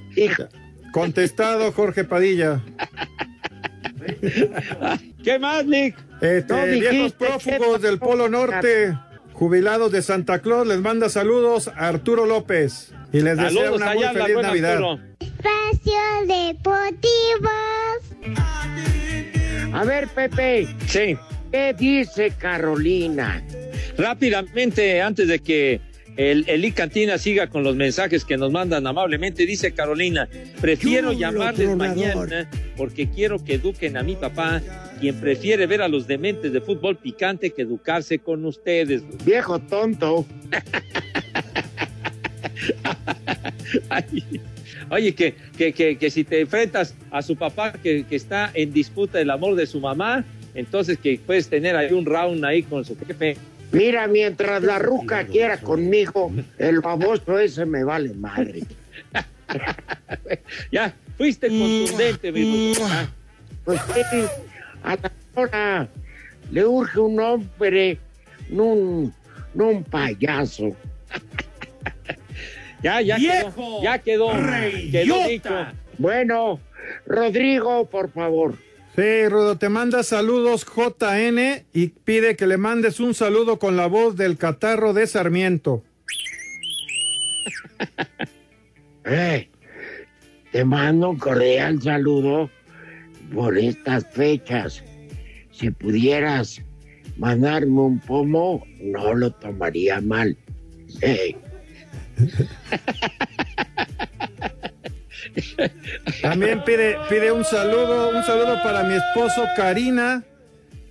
[SPEAKER 11] Contestado Jorge Padilla.
[SPEAKER 4] ¿Qué más, Nick?
[SPEAKER 11] Este,
[SPEAKER 4] No dijiste,
[SPEAKER 11] viejos prófugos del Polo Norte, jubilados de Santa Claus, les manda saludos a Arturo López. Y les deseo
[SPEAKER 6] Saludos
[SPEAKER 11] una muy
[SPEAKER 6] allá,
[SPEAKER 11] feliz
[SPEAKER 6] Laguna
[SPEAKER 11] Navidad.
[SPEAKER 6] Arturo. Espacio Deportivo.
[SPEAKER 3] A ver, Pepe.
[SPEAKER 4] Sí.
[SPEAKER 3] ¿Qué dice Carolina?
[SPEAKER 4] Rápidamente, antes de que el, el Cantina siga con los mensajes que nos mandan amablemente, dice Carolina, prefiero
[SPEAKER 2] Chulo
[SPEAKER 4] llamarles
[SPEAKER 2] tronador.
[SPEAKER 4] mañana porque quiero que eduquen a mi papá, quien prefiere ver a los dementes de fútbol picante que educarse con ustedes.
[SPEAKER 3] Viejo tonto.
[SPEAKER 4] Ay, Oye, que, que, que, que si te enfrentas a su papá que, que está en disputa el amor de su mamá, entonces que puedes tener ahí un round ahí con su jefe.
[SPEAKER 3] Mira, mientras la ruca quiera conmigo, el baboso ese me vale madre.
[SPEAKER 4] ya, fuiste contundente, mi ruca.
[SPEAKER 3] Pues sí, a la hora le urge un hombre, no un, no un payaso.
[SPEAKER 4] ya, Ah, ya
[SPEAKER 3] ¡Viejo!
[SPEAKER 4] quedó. Ya quedó. Quedó dicho.
[SPEAKER 3] Bueno, Rodrigo, por favor.
[SPEAKER 11] Sí, Rudo, te manda saludos JN y pide que le mandes un saludo con la voz del catarro de Sarmiento.
[SPEAKER 3] Eh, te mando un cordial saludo por estas fechas. Si pudieras mandarme un pomo, no lo tomaría mal. Eh,
[SPEAKER 11] También pide, pide un saludo, un saludo para mi esposo Karina,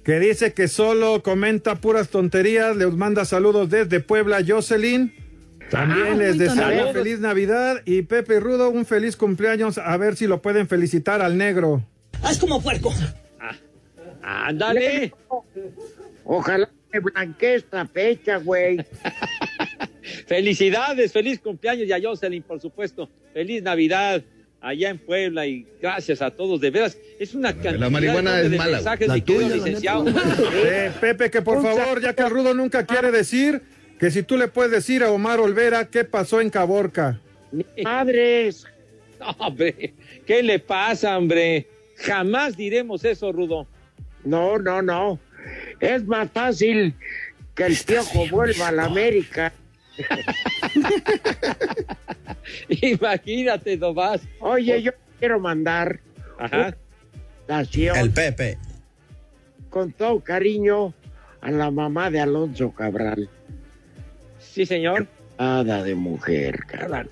[SPEAKER 11] que dice que solo comenta puras tonterías. Les manda saludos desde Puebla, Jocelyn. También les deseo
[SPEAKER 3] tonto.
[SPEAKER 11] feliz Navidad y Pepe y Rudo, un feliz cumpleaños. A ver si lo pueden felicitar al negro.
[SPEAKER 2] Haz como puerco.
[SPEAKER 4] Ándale.
[SPEAKER 3] Ojalá me blanquee esta fecha, güey.
[SPEAKER 4] Felicidades, feliz cumpleaños y a Jocelyn, por supuesto. Feliz Navidad allá en Puebla y gracias a todos, de veras. Es una cantidad
[SPEAKER 12] marihuana
[SPEAKER 4] enorme
[SPEAKER 12] es
[SPEAKER 4] de
[SPEAKER 12] mala,
[SPEAKER 4] mensajes,
[SPEAKER 12] la
[SPEAKER 4] mi querido
[SPEAKER 12] tuya.
[SPEAKER 4] licenciado.
[SPEAKER 11] Eh, Pepe, que por favor, ya que el Rudo nunca quiere decir, que si tú le puedes decir a Omar Olvera qué pasó en Caborca.
[SPEAKER 3] Padres.
[SPEAKER 4] No, hombre, ¿qué le pasa, hombre? Jamás diremos eso, Rudo.
[SPEAKER 3] No, no, no. Es más fácil que el piojo vuelva a la América.
[SPEAKER 4] Imagínate nomás.
[SPEAKER 3] Oye, yo quiero mandar
[SPEAKER 4] Ajá.
[SPEAKER 3] El Pepe. Con todo cariño a la mamá de Alonso Cabral.
[SPEAKER 4] Sí, señor.
[SPEAKER 3] Nada de mujer, carajo.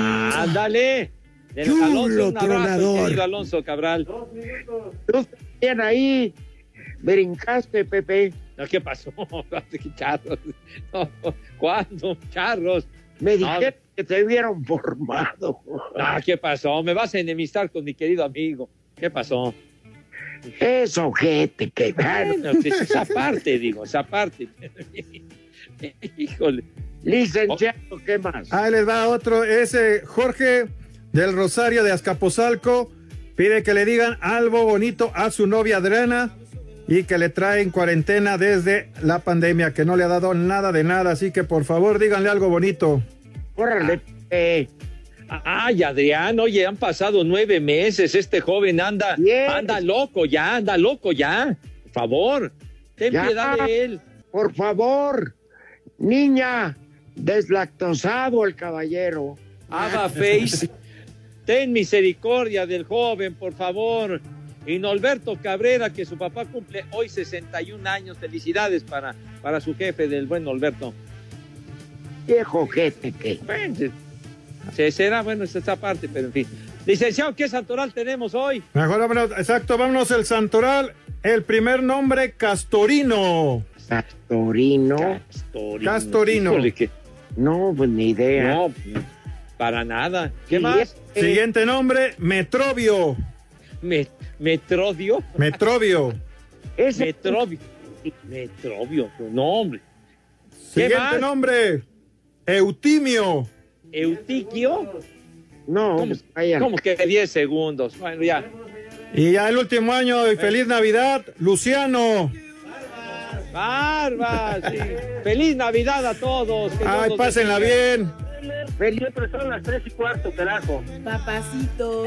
[SPEAKER 4] Ándale. De
[SPEAKER 3] Chulo
[SPEAKER 4] Alonso, un abrazo,
[SPEAKER 3] tronador.
[SPEAKER 4] querido Alonso Cabral.
[SPEAKER 3] Tú también ahí brincaste, Pepe.
[SPEAKER 4] No, Ah, ¿qué pasó? Charros. No, ¿Cuándo? Charros.
[SPEAKER 3] Me
[SPEAKER 4] No.
[SPEAKER 3] dijeron que te vieron formado.
[SPEAKER 4] No, Ah, ¿qué pasó? Me vas a enemistar con mi querido amigo. ¿Qué pasó?
[SPEAKER 3] Eso, gente, que
[SPEAKER 4] Bueno, pues, esa parte, digo, esa parte. Híjole.
[SPEAKER 3] Licenciado, ¿qué más?
[SPEAKER 4] Ah.
[SPEAKER 11] Ahí les va otro. Ese Jorge del Rosario de Azcapozalco pide que le digan algo bonito a su novia Adriana y que le traen cuarentena desde la pandemia, que no le ha dado nada de nada. Así que por favor, díganle algo bonito.
[SPEAKER 3] Órale.
[SPEAKER 4] Ay, Adrián, oye, han pasado nueve meses. Este joven anda, anda loco ya, anda loco ya. Por favor, ten
[SPEAKER 3] Ya,
[SPEAKER 4] piedad de él.
[SPEAKER 3] Por favor, niña, deslactosado el caballero.
[SPEAKER 4] Abba Face, ten misericordia del joven, por favor. Y Norberto Cabrera, que su papá cumple hoy 61 años. Felicidades para, para su jefe del buen Norberto.
[SPEAKER 3] Viejo gente que.
[SPEAKER 4] Bueno, se- se será bueno es esta parte, pero en fin. Licenciado, ¿qué santoral tenemos hoy?
[SPEAKER 11] Mejor vámonos, exacto, vámonos el Santoral. El primer nombre, Castorino.
[SPEAKER 3] Castorino.
[SPEAKER 4] Castorino.
[SPEAKER 11] Castorino.
[SPEAKER 4] Híjole, que-
[SPEAKER 3] No, pues ni idea.
[SPEAKER 4] No, para nada. ¿Qué más?
[SPEAKER 11] Siguiente nombre, Metrobio.
[SPEAKER 4] Me- Metrodio.
[SPEAKER 11] Metrobio.
[SPEAKER 4] Metrobio. Metrobio. No, hombre. ¿Qué
[SPEAKER 11] Siguiente
[SPEAKER 4] más?
[SPEAKER 11] nombre, Eutimio.
[SPEAKER 4] Eutiquio.
[SPEAKER 3] No, pues,
[SPEAKER 4] ¿Cómo,
[SPEAKER 11] cállate.
[SPEAKER 4] cómo que 10 segundos? Bueno, ya.
[SPEAKER 11] Y ya el último año, y feliz Navidad, Luciano.
[SPEAKER 4] Barbas. sí. Feliz Navidad a todos. Que
[SPEAKER 11] Ay,
[SPEAKER 4] Dios los
[SPEAKER 11] pásenla
[SPEAKER 4] bendiga.
[SPEAKER 11] bien.
[SPEAKER 10] Siempre son las tres y cuarto, carajo.
[SPEAKER 14] Papacito.